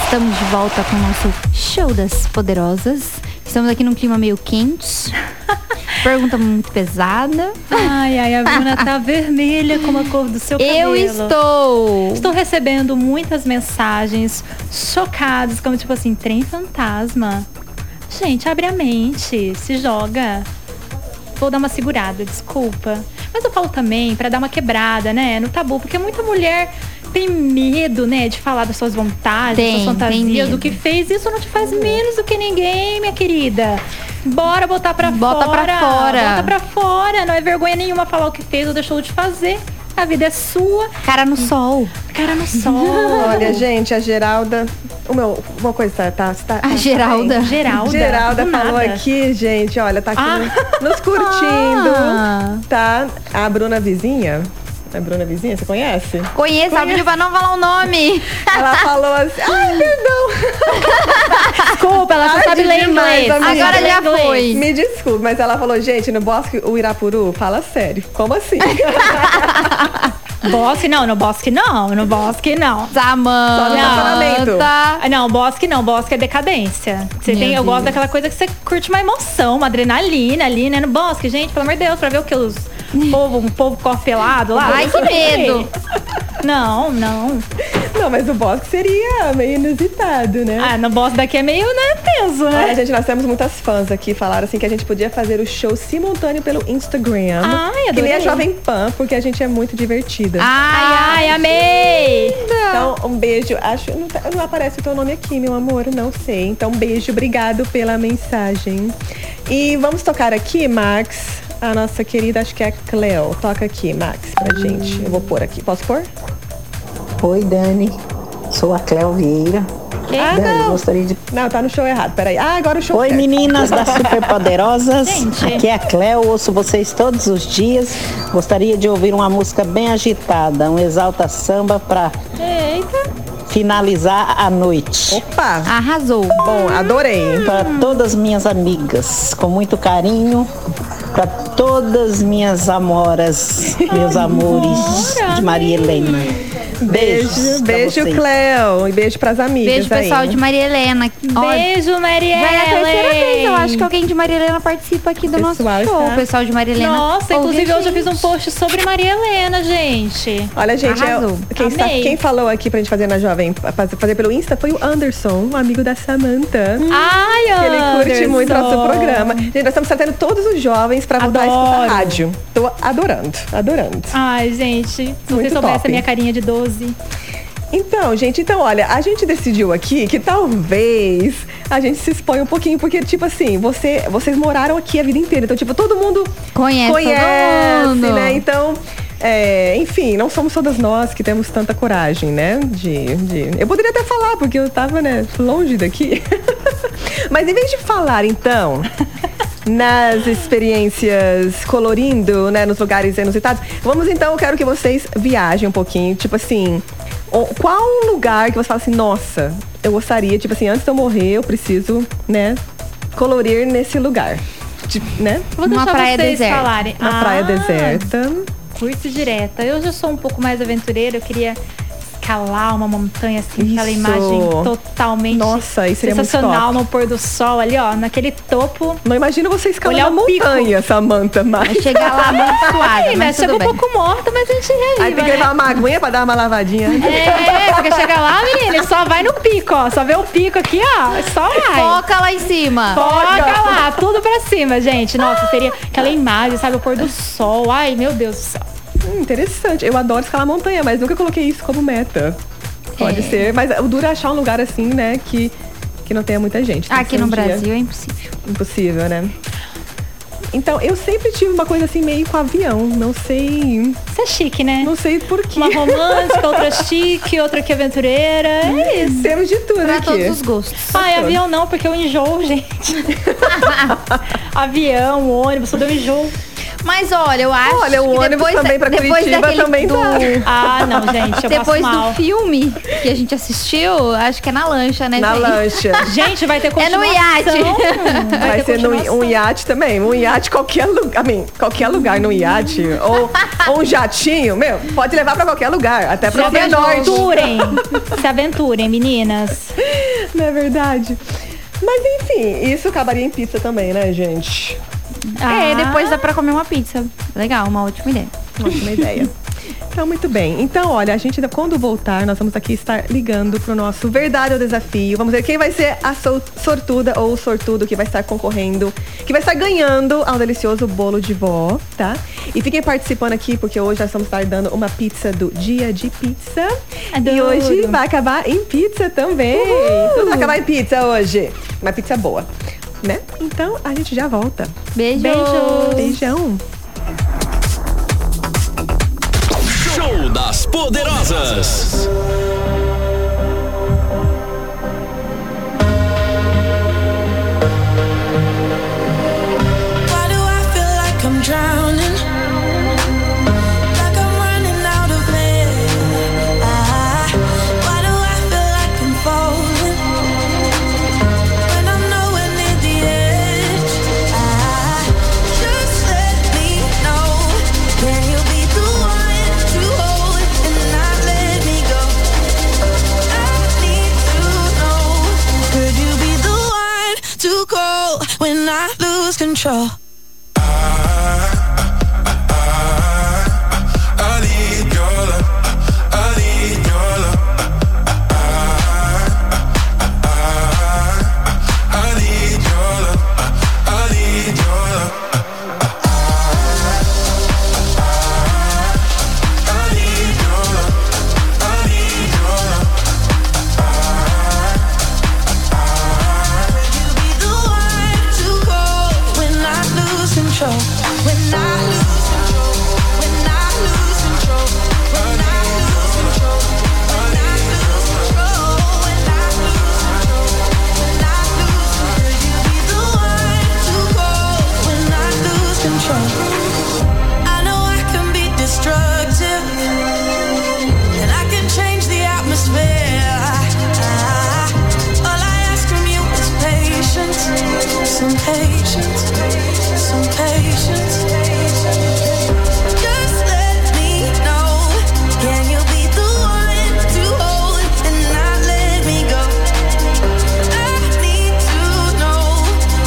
S3: Estamos de volta com o nosso Show das Poderosas. Estamos aqui num clima meio quente. Pergunta muito pesada.
S4: Ai, ai, a Bruna tá vermelha como a cor do seu
S3: Eu
S4: cabelo.
S3: estou.
S4: Estou recebendo muitas mensagens chocadas, como tipo assim, trem fantasma. Gente, abre a mente, se joga. Vou dar uma segurada, desculpa. Mas eu falo também pra dar uma quebrada, né, no tabu, porque muita mulher tem medo, né, de falar das suas vontades,
S3: Tem,
S4: das suas
S3: tem
S4: fantasias,
S3: medo.
S4: do que fez. Isso não te faz menos do que ninguém, minha querida. Bora botar pra
S3: Bota
S4: fora.
S3: pra fora.
S4: Bota pra fora. Não é vergonha nenhuma falar o que fez ou deixou de fazer. A vida é sua.
S3: Cara no sol.
S4: Cara no sol.
S2: Olha, gente, a Geralda. O meu, uma coisa tá. tá, tá
S3: A Geralda.
S4: Geralda.
S2: Geralda
S4: do
S2: falou
S4: nada. Ah.
S2: aqui, gente, olha, tá aqui no- nos curtindo.
S3: Ah.
S2: Tá a Bruna Vizinha. A Bruna Vizinha, você conhece?
S3: Conheça, a Bíblia vai não falar o nome.
S2: Ela falou assim, ai, perdão.
S4: Desculpa, ela só
S2: Tarde
S4: sabe ler
S2: demais,
S4: inglês.
S2: amiga.
S3: Agora já
S4: Inglês.
S3: foi.
S2: Me desculpe, mas ela falou, gente, no Bosque o Irapuru, fala sério. Como assim?
S4: Ah, Bosque não, no bosque não, no bosque não.
S2: Só no
S3: Samanta.
S2: relacionamento.
S4: Ah, Não, bosque não, bosque é decadência. Você
S3: Meu
S4: tem, eu
S3: Deus.
S4: gosto daquela coisa que você curte uma emoção, uma adrenalina ali, né? No bosque, gente, pelo amor de Deus, pra ver o que os povo, um povo corre pelado lá.
S3: Ai,
S4: Eu
S3: que
S4: não sei.
S3: medo.
S4: Não, não.
S2: Não, mas o Bosque seria meio inusitado, né?
S4: Ah, no bosque daqui é meio, né, tenso,
S2: Olha,
S4: né?
S2: gente, nós temos muitas fãs aqui, falaram assim que a gente podia fazer o show simultâneo pelo Instagram.
S4: Ai,
S2: que nem a
S4: adorei.
S2: Jovem Pan, porque a gente é muito divertida.
S4: Ai, ai, amei!
S2: Então, um beijo. Acho não, tá- não aparece o teu nome aqui, meu amor. Não sei. Então, um beijo. Obrigado pela mensagem. E vamos tocar aqui, Max. A nossa querida, acho que é a Cleo. Toca aqui, Max, pra gente. Eu vou pôr aqui. Posso pôr?
S8: Oi, Dani. Sou a Cléo Vieira.
S2: Ah,
S8: Dani,
S2: não.
S8: gostaria de.
S2: Não, tá no show errado. Peraí. Ah, agora o show.
S8: Oi,
S2: certo.
S8: meninas das Superpoderosas.
S4: Gente.
S8: Aqui é a Cléo, ouço vocês todos os dias. Gostaria de ouvir uma música bem agitada, um exalta samba para
S4: Eita!
S8: finalizar a noite.
S2: Opa!
S3: Arrasou.
S8: Hum,
S2: Bom, adorei.
S8: Para todas minhas amigas, com muito carinho. Para todas minhas amoras, meus amores de Maria Helena. Beijos
S2: Beijo,
S8: pra
S2: beijo,
S8: vocês.
S2: Cleo. E beijo pras amigas.
S3: Beijo, pessoal
S2: aí.
S3: de Maria Helena. Ó,
S4: Beijo, Marielle!
S3: Já é a terceira vez, eu acho, que alguém de Maria Helena participa aqui do nosso
S2: Pessoal
S3: show.
S2: está-
S3: O pessoal de Maria Helena.
S4: Nossa,
S3: ouve
S4: inclusive
S3: a
S4: hoje eu fiz um
S3: gente.
S4: post sobre Maria Helena, gente.
S2: Olha, gente, é-
S3: Arrasou.
S2: quem, está-
S4: Amei.
S2: quem falou aqui pra gente fazer na Jovem, fazer fazer pelo Insta foi o Anderson, um amigo da Samantha.
S4: Ai,
S2: Que ele curte
S4: Anderson.
S2: muito nosso programa. Gente, nós estamos trazendo todos os jovens pra voltar a escutar
S4: Adoro.
S2: rádio. Tô adorando, adorando.
S4: Ai, gente, se você
S2: Muito
S4: soubesse
S2: top.
S4: a minha carinha de 12.
S2: Então, gente, então, olha, a gente decidiu aqui que talvez a gente se exponha um pouquinho, porque, tipo assim, você, vocês moraram aqui a vida inteira. Então, tipo, todo mundo
S3: Conhece todo mundo.
S2: né? Então. é, enfim, não somos todas nós que temos tanta coragem, né? De, de- Eu poderia até falar, porque eu tava, né, longe daqui. Mas em vez de falar, então, nas experiências colorindo, né, nos lugares inusitados, vamos então, eu quero que vocês viajem um pouquinho, tipo assim, o- qual um lugar que você fala assim, nossa, eu gostaria, tipo assim, antes de eu morrer, eu preciso, né, colorir nesse lugar. Tipo, né?
S4: Vou
S3: Uma
S4: deixar
S3: praia
S4: vocês
S3: deserta.
S4: falarem.
S2: Na praia deserta.
S4: Curto direta. Eu já sou um pouco mais aventureira, eu queria escalar uma montanha assim, aquela
S2: Isso.
S4: imagem totalmente
S2: Nossa, isso seria muito
S4: sensacional
S2: top.
S4: no pôr do sol ali, ó, naquele topo.
S2: Não imagino você escalar
S4: Olhar
S2: a
S4: o pico.
S2: montanha, Samanta, mas.
S3: Chegar lá muito suave,
S4: Ai, né?
S3: mas
S4: Chegou
S3: tudo
S4: um
S3: bem.
S4: pouco morta, mas a gente reviva,
S2: Aí tem que
S4: né?
S2: levar uma aguinha pra dar uma lavadinha.
S4: É, porque chega lá, menina, ele só vai no pico, ó. Só vê o pico aqui,
S2: É
S4: ó. Só vai.
S3: Foca lá em cima.
S4: Foca lá, tudo pra cima, gente. Nossa, seria aquela imagem, sabe? O pôr do sol. Ai, meu Deus do céu.
S2: Hum, interessante. Eu adoro escalar montanha, mas nunca coloquei isso como meta. Pode ser, mas o duro é achar um lugar assim, né, que, que não tenha muita gente. Tem que
S3: Aqui
S2: ser
S3: no
S2: um dia
S3: Brasil é impossível.
S2: Impossível, né? Então, eu sempre tive uma coisa assim meio com avião. Não sei.
S4: Isso é chique, né?
S2: Não sei porquê.
S4: Uma romântica, outra chique, outra que aventureira. É isso.
S2: Temos de tudo
S3: Pra
S2: aqui.
S3: todos os gostos.
S4: Ai, avião não, porque eu enjoo, gente. avião, ônibus, tudo eu enjoo.
S3: Mas olha, eu acho
S2: Olha, o
S3: que
S2: ônibus
S3: depois,
S2: também pra
S3: depois
S2: Curitiba
S3: daquele
S2: também
S3: do...
S2: dá.
S4: Ah, não, gente, eu passo
S3: Depois
S4: mal.
S3: do filme que a gente assistiu, acho que é na lancha, né,
S2: Na
S3: gente?
S2: lancha.
S4: Gente, vai ter
S3: É no
S4: continuação.
S3: iate.
S2: Vai,
S4: ter
S2: ser no,
S4: continuação.
S2: um iate também. Um iate, qualquer lugar. I mean, qualquer lugar no iate. Ou, ou um jatinho, meu, pode levar pra qualquer lugar. Até
S4: Se
S2: pra Norte.
S4: aventurem. Se aventurem, meninas.
S2: Não é verdade? Mas enfim, isso acabaria em pizza também, né, gente?
S3: É, depois dá pra comer uma pizza. Legal, uma ótima ideia.
S2: Ótima ideia. Então, muito bem. Então, olha, a gente, ainda- quando voltar, nós vamos aqui estar ligando pro nosso Verdade ou Desafio. Vamos ver quem vai ser a sol- sortuda ou o sortudo que vai estar concorrendo, que vai estar ganhando ao delicioso bolo de vó, tá? E fiquem participando aqui, porque hoje nós vamos estar dando uma pizza do Dia de Pizza. E
S3: Adoro.
S2: hoje vai acabar em pizza também. Tudo vai acabar em pizza hoje. Uma pizza boa, né? Então, a gente já volta.
S3: Beijo.
S2: Beijão.
S1: Show das Poderosas.
S7: Why do I feel like I'm drowning? Like I'm running out of air. Why do I feel like I'm falling? When I'm nowhere near the edge. Just let me know. Can you be the one to hold and not let me go? I need to know. Could you be the one to call when I lose control?
S9: I need your love. I need your love. I, I, I, I need your love. I need your love.
S7: Be the one to call when I lose control. When I lose control. When I lose control. When I lose control. When I lose control. When I lose control. When I lose control. You be the one to call when I lose control. I know I can be destructive, and I can change the atmosphere. All I ask from you is patience, some patience, some patience. Just let me know. Can you be the one to hold and not let me go? I need to know.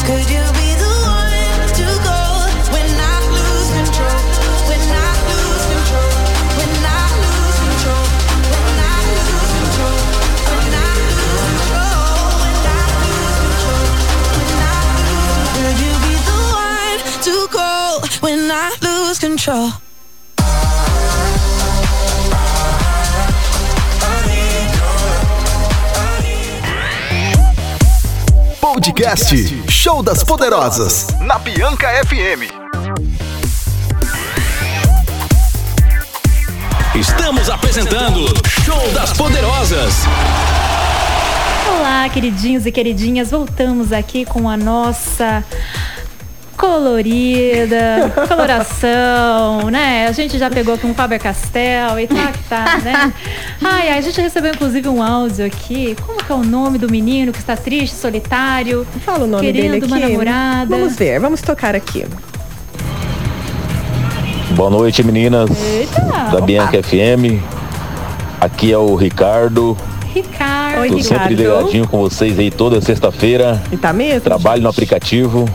S7: Could you be the one to go when I lose control? When I lose control? When I lose control? When I lose control? When I lose control? When I lose control? When I lose control? Could you be the one to go when I lose control?
S5: Podcast Show das Poderosas na Bianca FM.
S1: Estamos apresentando Show das Poderosas.
S4: Olá, queridinhos e queridinhas, voltamos aqui com a nossa colorida, coloração, né? A gente já pegou com o Faber Castell e tá que tá, né? Ai, ai, a gente recebeu inclusive um áudio aqui. Como que é o nome do menino que está triste, solitário?
S2: Fala o nome
S4: querendo
S2: dele aqui.
S4: uma namorada.
S2: Vamos ver, vamos tocar aqui.
S10: Boa noite, meninas da
S4: Eita!
S10: Bianca FM. Aqui é o Ricardo.
S4: Ricardo.
S2: Oi,
S10: Tô sempre
S2: Ricardo.
S10: ligadinho com vocês aí toda sexta-feira.
S2: E tá mesmo?
S10: Trabalho no
S2: gente?
S10: aplicativo.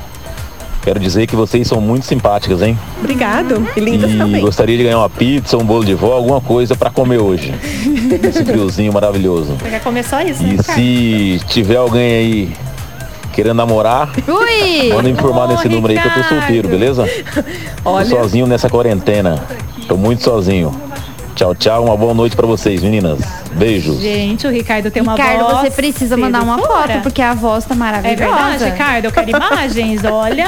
S10: Quero dizer que vocês são muito simpáticas, hein?
S2: Obrigado.
S3: Uhum.
S2: E lindas
S10: E
S2: também.
S10: gostaria de ganhar uma pizza, um bolo de vó, alguma coisa pra comer hoje. Esse friozinho maravilhoso.
S4: Já começou isso, né,
S10: E
S4: Ricardo?
S10: se tiver alguém aí querendo namorar,
S3: Fui!
S10: manda informar
S4: Ô,
S10: nesse número aí que eu tô
S4: Ricardo.
S10: solteiro, beleza? Tô
S2: Olha,
S10: sozinho nessa quarentena. Tô muito sozinho. Tchau, tchau. Uma boa noite pra vocês, meninas. Beijos.
S4: Gente, o Ricardo tem uma
S3: Ricardo,
S4: voz
S3: você precisa mandar uma
S4: sedutora.
S3: foto, porque a voz tá
S4: É verdade,
S3: maravilhosa.
S4: Ricardo, eu quero imagens, olha.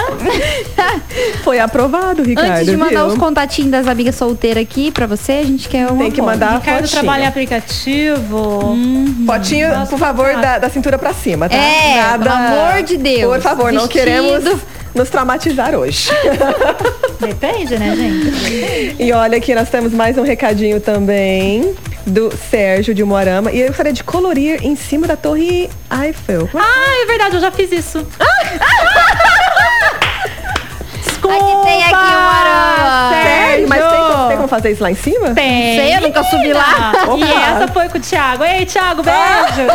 S2: foi aprovado, Ricardo.
S3: Antes de mandar
S2: viu?
S3: os contatinhos das amigas solteiras aqui pra você, a gente quer uma
S2: Tem que
S3: foto.
S2: mandar a
S4: Ricardo
S2: fotinha.
S4: trabalha em aplicativo.
S2: Fotinho, por favor, da, da cintura pra cima, tá?
S3: tá. É, pelo amor de Deus.
S2: Por favor, não
S3: Vestido.
S2: queremos nos traumatizar hoje.
S4: Depende, né, gente?
S2: E olha aqui, nós temos mais um recadinho também do Sérgio de Moarama. E eu gostaria de colorir em cima da Torre Eiffel. Como é
S4: Ah, é verdade, eu já fiz isso. Desculpa!
S3: Aqui tem aqui um arame.
S2: que é?
S4: Sérgio!
S2: Mas tem, como- tem como fazer isso lá em cima?
S4: Tem.
S3: Sei, eu nunca subi lá.
S4: E
S2: Opa.
S4: essa foi com o Thiago. Ei, Thiago, beijo!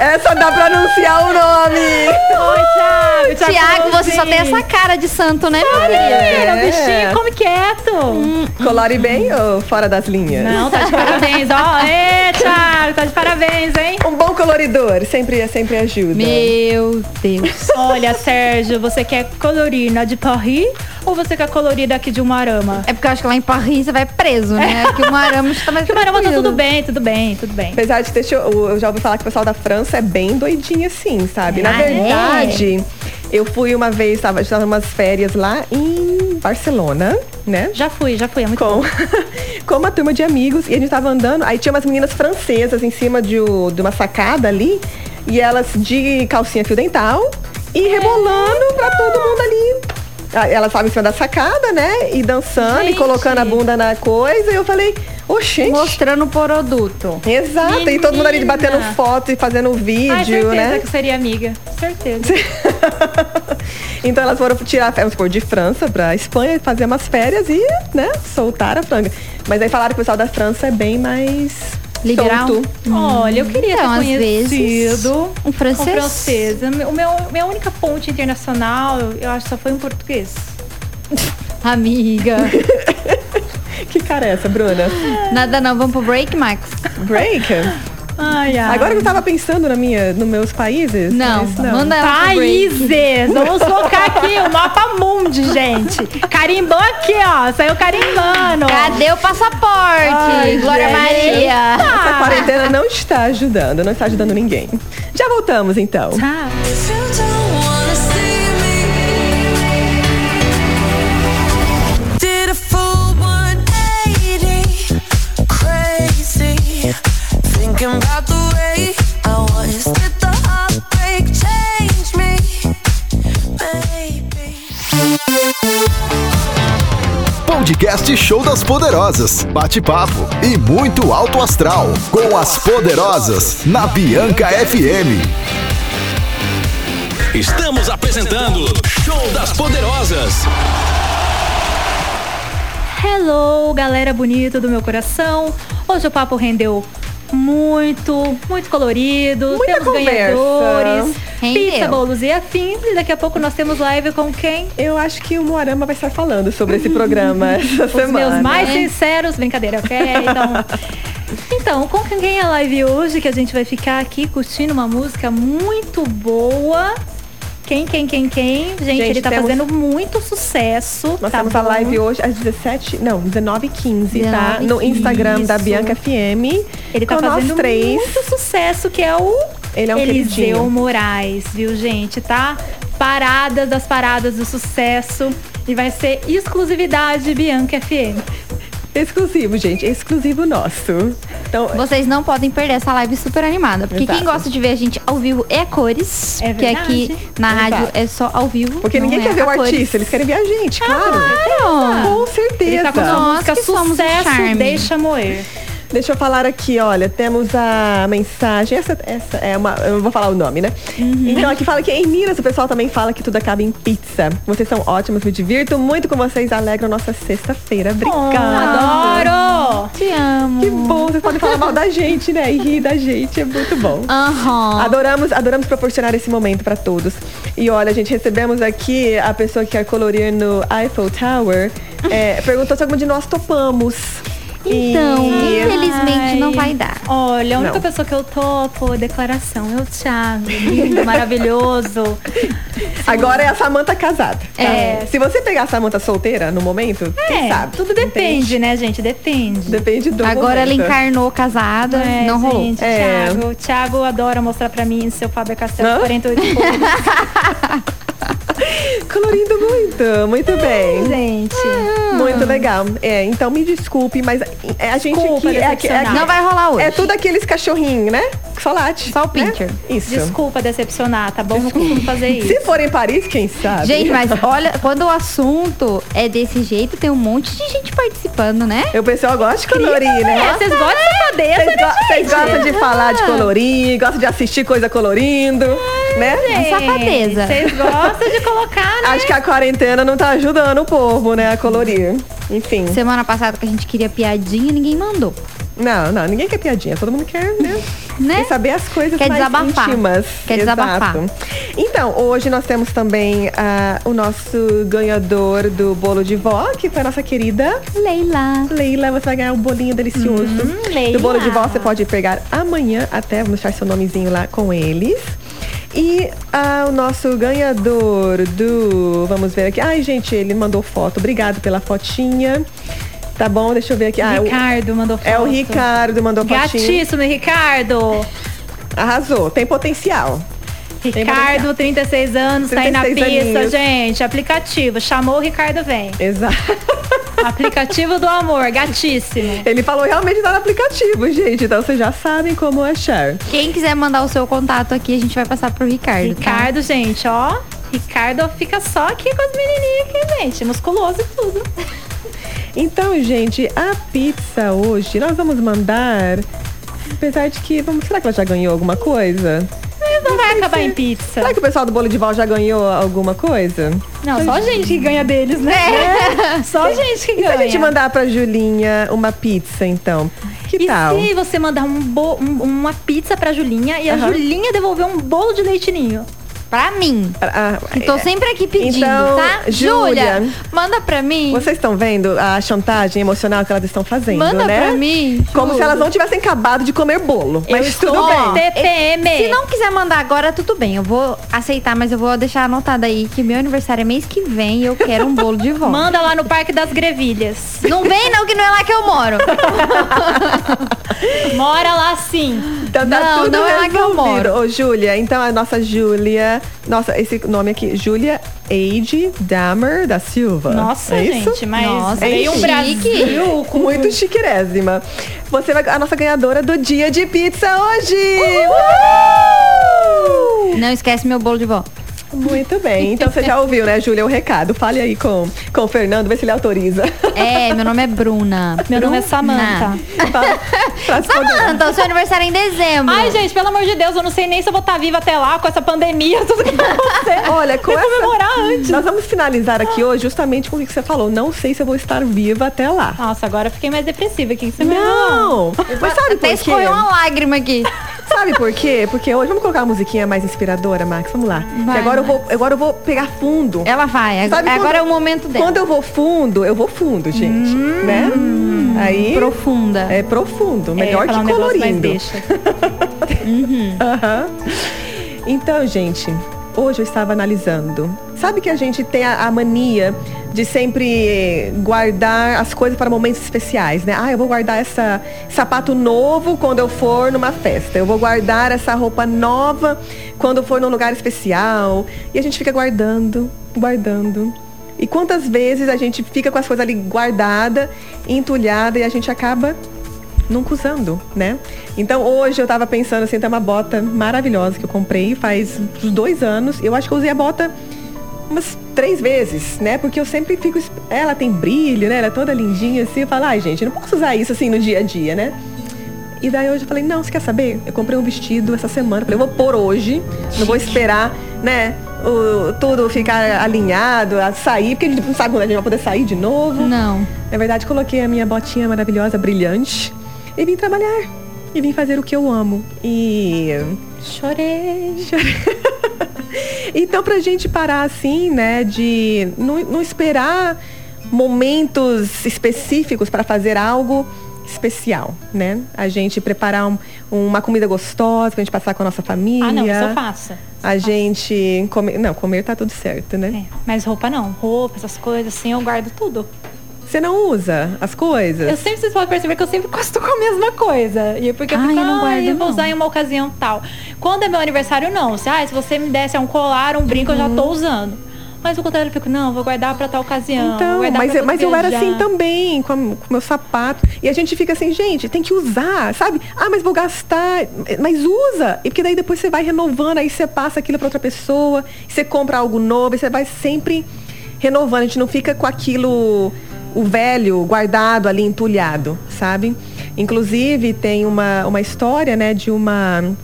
S2: Essa dá pra anunciar o nome.
S4: Oi, é Thiago. Thiago,
S3: Tiago, você só tem essa cara de santo, né, meu querido?
S4: Era,
S2: É.
S4: bichinho, come quieto.
S2: Colore bem ou fora das linhas?
S4: Não, tá de parabéns. Ó, ê, Thiago, tá de parabéns, hein?
S2: Um bom coloridor sempre, sempre ajuda.
S3: Meu Deus.
S4: Olha, Sérgio, você quer colorir na de Paris ou você quer colorir daqui de uma arama?
S3: É porque eu acho que lá em Paris você vai preso, né? Que o Marama está mais
S4: Que uma arama tá
S3: tranquilo.
S4: tudo bem, tudo bem, tudo bem.
S2: Apesar de ter, cho- eu eu já ouvi falar que o pessoal da França é bem doidinho assim, sabe? Na
S3: Ah, é?
S2: verdade, eu fui uma vez, estava umas férias lá em Barcelona, né?
S4: Já fui, já fui, é muito
S2: com,
S4: bom.
S2: com uma turma de amigos e a gente tava andando, aí tinha umas meninas francesas em cima de, o- de uma sacada ali, e elas de calcinha fio dental e rebolando pra todo mundo ali. Ah, Elas estavam em cima da sacada, né? E dançando e
S4: Gente.
S2: colocando a bunda na coisa. E eu falei, oxente.
S3: Mostrando o produto.
S2: Exato. E todo mundo ali
S4: Menina.
S2: batendo foto e fazendo
S4: Ai,
S2: vídeo,
S4: certeza
S2: né?
S4: que seria amiga. Certeza.
S2: então elas foram tirar férias, supor, de França pra Espanha, fazer umas férias e, né, soltar a franga. Mas aí falaram que o pessoal da França é bem mais
S3: Liberal?
S2: solto.
S4: Olha, eu queria
S3: Então,
S4: ter
S3: às vezes,
S4: conhecido
S3: um francês.
S4: um francês. O meu, minha única ponte internacional, eu acho que só foi um português.
S3: Amiga.
S2: Que cara é essa, Bruna?
S3: Nada não, vamos pro break, Max?
S2: Break?
S4: Ai, ai.
S2: Agora que eu tava pensando na minha, nos meus países.
S3: Não,
S2: mas
S3: manda ela pro break.
S4: Países! Vamos colocar aqui o mapa mundi, gente. Carimbou aqui, ó. Saiu carimbando.
S3: Cadê o passaporte?
S2: Ai,
S3: Glória
S2: gente.
S3: Maria.
S2: Essa quarentena não está ajudando, não está ajudando ninguém. Já voltamos então.
S4: Tá.
S7: If you don't wanna see me, did a full 180, crazy, thinking about the way I was. Did the heartbreak change me, baby?
S5: Podcast Show das Poderosas. Bate-papo e muito alto astral. Com as Poderosas na Bianca FM.
S1: Estamos apresentando Show das Poderosas.
S4: Hello, galera bonita do meu coração. Hoje o papo rendeu muito, muito colorido.
S2: Muita
S4: temos
S2: conversa.
S4: ganhadores,
S3: Rendeu.
S4: pizza, bolos e afins. E daqui a pouco nós temos live com quem?
S2: Eu acho que o Moarama vai estar falando sobre esse programa essa
S4: Os
S2: semana.
S4: meus mais sinceros. Brincadeira, ok? Então... Então, com quem é a live hoje que a gente vai ficar aqui curtindo uma música muito boa. Quem, quem, quem, quem? Gente,
S2: Gente,
S4: ele tá
S2: temos-
S4: fazendo muito sucesso.
S2: Nós
S4: tá
S2: temos a
S4: bom?
S2: live hoje às 17, não, 19h15, tá?
S3: 19h15.
S2: No Instagram da Bianca FM.
S4: Ele tá
S2: com
S4: fazendo
S2: nós três.
S4: muito sucesso, que é o
S2: Ele é um
S4: Eliseu
S2: queridinho.
S4: Moraes, viu, gente? Tá parada das paradas do sucesso. E vai ser exclusividade Bianca FM.
S2: Exclusivo, gente. Exclusivo nosso. Então,
S3: Vocês não podem perder essa live super animada. Porque
S2: Exato.
S3: quem gosta de ver a gente ao vivo é a cores.
S4: É
S3: que aqui
S4: verdade.
S3: na
S2: Exato.
S3: rádio é só ao vivo.
S2: porque
S3: não
S2: ninguém
S3: é
S2: quer ver
S3: a
S2: o
S3: cores. Ah,
S2: artista, eles querem ver a gente, claro.
S3: Claro.
S2: Com certeza.
S4: Ele tá com
S3: Nós
S4: uma música
S3: que
S2: um
S3: somos o
S4: sucesso,
S3: charme.
S4: deixa moer.
S2: Deixa eu falar aqui, olha, temos a mensagem. Essa, essa é uma. Eu não vou falar o nome, né?
S4: Uhum.
S2: Então aqui fala que em Minas o pessoal também fala que tudo acaba em pizza. Vocês são ótimos, me divirto muito com vocês, alegram nossa sexta-feira. Obrigada.
S4: Adoro!
S3: Te amo.
S2: Que bom, vocês podem falar mal da gente, né? E rir da gente, é muito bom.
S3: Aham.
S2: Adoramos, adoramos proporcionar esse momento pra todos. E olha, gente, recebemos aqui a pessoa que quer colorir no Eiffel Tower. É, perguntou se alguma de nós topamos. E-
S3: Então, infelizmente não
S4: Ai.
S3: vai dar.
S4: Olha, a única
S2: Não.
S4: pessoa que eu topo, declaração, é o Thiago. Lindo, maravilhoso.
S2: Agora é a Samanta casada. tá?
S4: É.
S2: Se você pegar a Samanta solteira no momento, quem sabe?
S4: tudo depende, né, gente? Depende.
S2: Depende do
S3: Agora ela
S2: momento.
S3: encarnou casada,
S4: É,
S3: não rolou.
S4: gente,
S2: É.
S4: Thiago. O Thiago adora mostrar pra mim seu Fábio Castelo
S2: Hã?
S4: 48 pontos,
S2: Colorindo muito, muito bem.
S4: gente.
S2: Muito legal. É, então me desculpe, mas é a gente
S4: Desculpa,
S2: aqui, é, aqui- é, aqui-
S4: decepcionar.
S3: Não vai rolar hoje.
S2: é tudo aqueles cachorrinhos, né? Só late.
S3: Só o
S2: né?
S3: pincher.
S2: Isso.
S4: Desculpa decepcionar, tá bom? Não costumo fazer isso.
S2: Se for em Paris, quem sabe?
S3: Gente, mas olha, quando o assunto é desse jeito, tem um monte de gente participando, né?
S2: O pessoal gosta de colorir, né?
S4: É, vocês gostam de saber,
S2: Vocês
S4: né,
S2: go- vocês
S4: gente?
S2: gostam de falar de colorir, gostam de assistir coisa colorindo, né?
S3: É safadeza.
S4: Vocês gostam de colocar, né?
S2: Acho que a quarentena não tá ajudando o povo, né, a colorir. Enfim.
S3: Semana passada que a gente queria piadinha, ninguém mandou.
S2: Não, não, ninguém quer piadinha, todo mundo quer, né?
S3: né?
S2: Quer saber as coisas
S3: Quer
S2: mais
S3: desabafar.
S2: íntimas.
S3: Quer desabafar.
S2: Exato. Então, hoje nós temos também ah, o nosso ganhador do bolo de vó, que foi a nossa querida
S3: Leila.
S2: Leila. Você vai ganhar um bolinho delicioso.
S4: Leila.
S2: Do bolo de vó, você pode pegar amanhã até, vamos deixar seu nomezinho lá com eles. E ah, o nosso ganhador do. Vamos ver aqui. Ai, gente, ele mandou foto. Obrigado pela fotinha. Tá bom, deixa eu ver aqui. Ah, o-
S4: Ricardo mandou foto.
S2: é o Ricardo, mandou fotinho.
S4: Gatíssimo, Ricardo.
S2: Arrasou, tem potencial.
S4: Ricardo, 36 anos, tá aí na
S2: 36
S4: pista,
S2: aninhos.
S4: gente. Aplicativo. Chamou o Ricardo, vem.
S2: Exato.
S4: Aplicativo do amor, gatíssimo.
S2: Ele falou realmente tá no aplicativo, gente. Então vocês já sabem como achar.
S3: Quem quiser mandar o seu contato aqui, a gente vai passar pro Ricardo. tá?
S4: Ricardo, gente, ó. Ricardo fica só aqui com as menininhas aqui, gente. Musculoso e tudo.
S2: Então, gente, a pizza hoje nós vamos mandar. Apesar de que. Vamos, será que ela já ganhou alguma coisa?
S4: Mas não vai acabar em pizza.
S2: Será que o pessoal do Bolo de Val já ganhou alguma coisa?
S4: Não, só
S2: é.
S4: gente que ganha deles, né? Só gente que
S2: E se
S4: ganha.
S2: a gente mandar pra Julinha uma pizza, então? Que
S4: E
S2: tal?
S4: se você mandar um bo- um- uma pizza pra Julinha e a
S2: Aham.
S4: Julinha devolver um bolo de leitinho?
S3: Pra mim.
S2: Ah,
S3: Que tô sempre aqui pedindo,
S2: Então,
S3: tá?
S2: Júlia. tá
S3: Júlia, manda pra mim.
S2: Vocês estão vendo a chantagem emocional que elas estão fazendo,
S3: Manda
S2: né?
S3: pra mim,
S2: Como
S3: juro.
S2: se elas não tivessem acabado de comer bolo. Mas
S4: estou
S2: tudo
S3: Ó,
S2: bem.
S4: TPM.
S3: Se não quiser mandar agora, tudo bem. Eu vou aceitar, mas eu vou deixar anotado aí que meu aniversário é mês que vem e eu quero um bolo de volta.
S4: Manda lá no Parque das Grevilhas.
S3: Não vem não, que não é lá que eu moro.
S4: Mora lá sim.
S2: Então tá
S3: Não,
S2: tudo
S3: não é lá que eu
S2: resolvido. Ô, Júlia, então a nossa Júlia, nossa, esse nome aqui, Júlia Eide Damer da Silva.
S4: Nossa,
S2: é isso?
S4: gente, mas
S3: Nossa,
S4: veio um
S3: chique.
S4: Brasil com
S2: Muito chiquerésima. Você vai a nossa ganhadora do dia de pizza hoje. Uhul!
S3: Não esquece meu bolo de volta.
S2: Muito bem. Então você já ouviu, né, Júlia, o recado. Fale aí com com o Fernando, vê se ele autoriza.
S3: É, meu nome é Bruna.
S4: Meu nome é
S3: Bruna.
S4: Samantha.
S2: Pra- pra se poder-
S3: Samantha, o seu aniversário é em dezembro.
S4: Ai, gente, pelo amor de Deus, eu não sei nem se eu vou estar viva até lá com essa pandemia, tudo que vai acontecer.
S2: Olha, com
S4: Tem que
S2: essa-
S4: comemorar antes.
S2: Nós vamos finalizar aqui hoje justamente com o que você falou. Não sei se eu vou estar viva até lá.
S4: Nossa, agora eu fiquei mais depressiva. O que que você me
S2: Não! Mas sabe
S3: Até
S2: por quê?
S3: escorreu uma lágrima aqui.
S2: Sabe por quê? Porque hoje vamos colocar uma musiquinha mais inspiradora, Max. Vamos lá.
S3: Vai,
S2: Que agora eu vou, agora eu vou pegar fundo.
S3: Ela vai. ag-
S2: Sabe quando-
S3: agora é o momento dela.
S2: Quando eu vou fundo, eu vou fundo, gente, né?
S3: Hum.
S2: Aí
S3: Profunda.
S2: é profundo,
S4: É,
S2: melhor
S4: falar um
S2: que
S4: negócio, mas
S2: colorindo.
S4: deixa.
S2: Aham. Então, gente, hoje eu estava analisando. Sabe que a gente tem a, a mania de sempre eh, guardar as coisas para momentos especiais, né? Ah, eu vou guardar essa sapato novo quando eu for numa festa. Eu vou guardar essa roupa nova quando eu for num lugar especial. E a gente fica guardando, guardando. E quantas vezes a gente fica com as coisas ali guardada, entulhada e a gente acaba nunca usando, né? Então hoje eu tava pensando assim, tem uma bota maravilhosa que eu comprei faz uns dois anos. Eu acho que eu usei a bota umas três vezes, né? Porque eu sempre fico. esp- Ela tem brilho, né? Ela é toda lindinha assim. Eu falo, ai gente, eu não posso usar isso assim no dia a dia, né? E daí hoje eu falei, não, você quer saber? Eu comprei um vestido essa semana. Eu Falei, eu vou pôr hoje, não vou esperar, né? O, tudo ficar alinhado, a sair, porque a gente não sabe quando a gente vai poder sair de novo.
S3: Não.
S2: Na verdade, coloquei a minha botinha maravilhosa, brilhante, e vim trabalhar. E vim fazer o que eu amo. E. Chorei. Chorei. então, pra gente parar assim, né, de não, não esperar momentos específicos para fazer algo especial, né? A gente preparar um- uma comida gostosa pra gente passar com a nossa família.
S4: Ah, não, isso eu faço.
S2: A gente comer, não, comer tá tudo certo, né?
S4: É, mas roupa não. Roupa, essas coisas, assim, eu guardo tudo. É.
S2: Você não usa as coisas?
S4: Eu sempre, vocês podem perceber que eu sempre gosto com a mesma coisa. E é porque eu
S3: Ai,
S4: fico,
S3: eu não
S4: "Ai,
S3: guardo,
S4: eu vou
S3: não."
S4: usar em uma ocasião tal. Quando é meu aniversário, não. Se, ah, se você me desse um colar, um brinco, eu já
S2: Uhum.
S4: tô usando. Mas o contrário, eu fico, não, vou guardar pra tal ocasião. vou
S2: Então,
S4: guardar
S2: mas,
S4: pra
S2: eu-
S4: quando
S2: mas eu era
S4: viajar.
S2: assim também, com, a- com o meu sapato. E a gente fica assim, gente, tem que usar, sabe? Ah, mas vou gastar. Mas usa! E porque daí depois você vai renovando, aí você passa aquilo pra outra pessoa, você compra algo novo, e você vai sempre renovando. A gente não fica com aquilo, o velho, guardado ali, entulhado, sabe? Inclusive, tem uma, uma história, né, de uma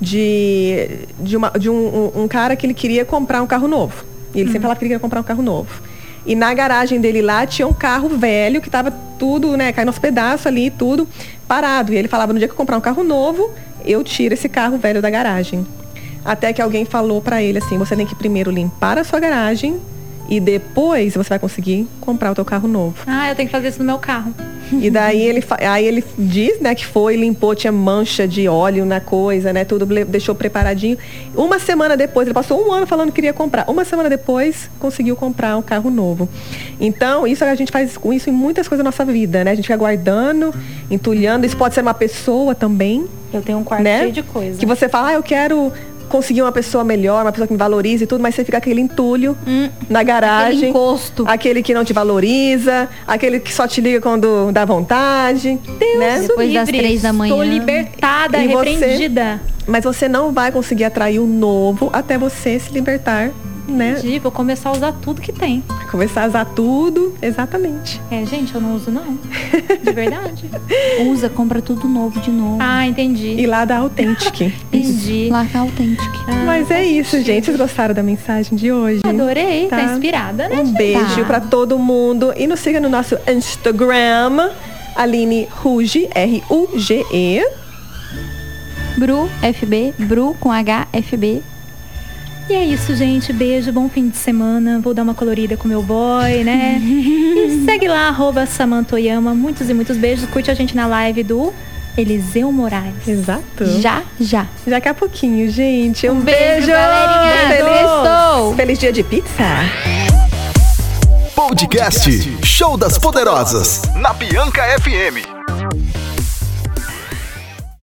S2: de, de, uma- de um, um- um cara que ele queria comprar um carro novo. E ele sempre falava que ele queria comprar um carro novo. E na garagem dele lá tinha um carro velho que tava tudo, né, caindo aos pedaços ali, tudo parado. E ele falava, no dia que eu comprar um carro novo, eu tiro esse carro velho da garagem. Até que alguém falou pra ele assim, você tem que primeiro limpar a sua garagem e depois você vai conseguir comprar o teu carro novo.
S4: Ah, eu tenho que fazer isso no meu carro.
S2: E daí ele, fa- aí ele diz, né, que foi, limpou, tinha mancha de óleo na coisa, né, tudo ble- deixou preparadinho. Uma semana depois, ele passou um ano falando que queria comprar. Uma semana depois, conseguiu comprar um carro novo. Então, isso a gente faz com isso em muitas coisas da nossa vida, né? A gente fica guardando, entulhando. Isso pode ser uma pessoa também,
S11: Eu tenho um quarto
S2: né?
S11: cheio de coisa.
S2: Que você fala, ah, eu quero conseguir uma pessoa melhor, uma pessoa que me valorize e tudo, mas você fica aquele entulho na garagem.
S3: aquele
S2: encosto. Aquele que não te valoriza, aquele que só te liga quando dá vontade. Deus né?
S3: o Depois das livre, três da manhã.
S4: estou libertada, repreendida.
S2: mas você não vai conseguir atrair o novo até você se libertar, né?
S4: Entendi, vou começar a usar tudo que tem.
S2: Começar a usar tudo, exatamente.
S4: É, gente, eu não uso não. De verdade.
S3: Usa, compra tudo novo de novo.
S4: Ah, entendi.
S2: E lá da Authentic.
S4: Entendi.
S3: Lá tá autêntico.
S2: Mas é isso, gente. Vocês gostaram da mensagem de hoje?
S4: Adorei, tá,
S2: Tá.
S4: inspirada, né?
S2: Um
S4: gente?
S2: beijo pra todo mundo e nos siga no nosso Instagram, Aline Ruge, R-U-G-E.
S3: Bru, FB, Bru com HFB.
S4: E é isso, gente. Beijo, bom fim de semana. Vou dar uma colorida com meu boy, né? e segue lá, arroba Samantoyama. Muitos e muitos beijos. Curte a gente na live do Eliseu Moraes.
S2: Exato.
S3: Já, já.
S2: Daqui a pouquinho, gente. Um,
S3: beijo, galerinha. Sextou.
S2: Feliz, feliz dia de pizza.
S5: Podcast Show das Poderosas na Bianca FM.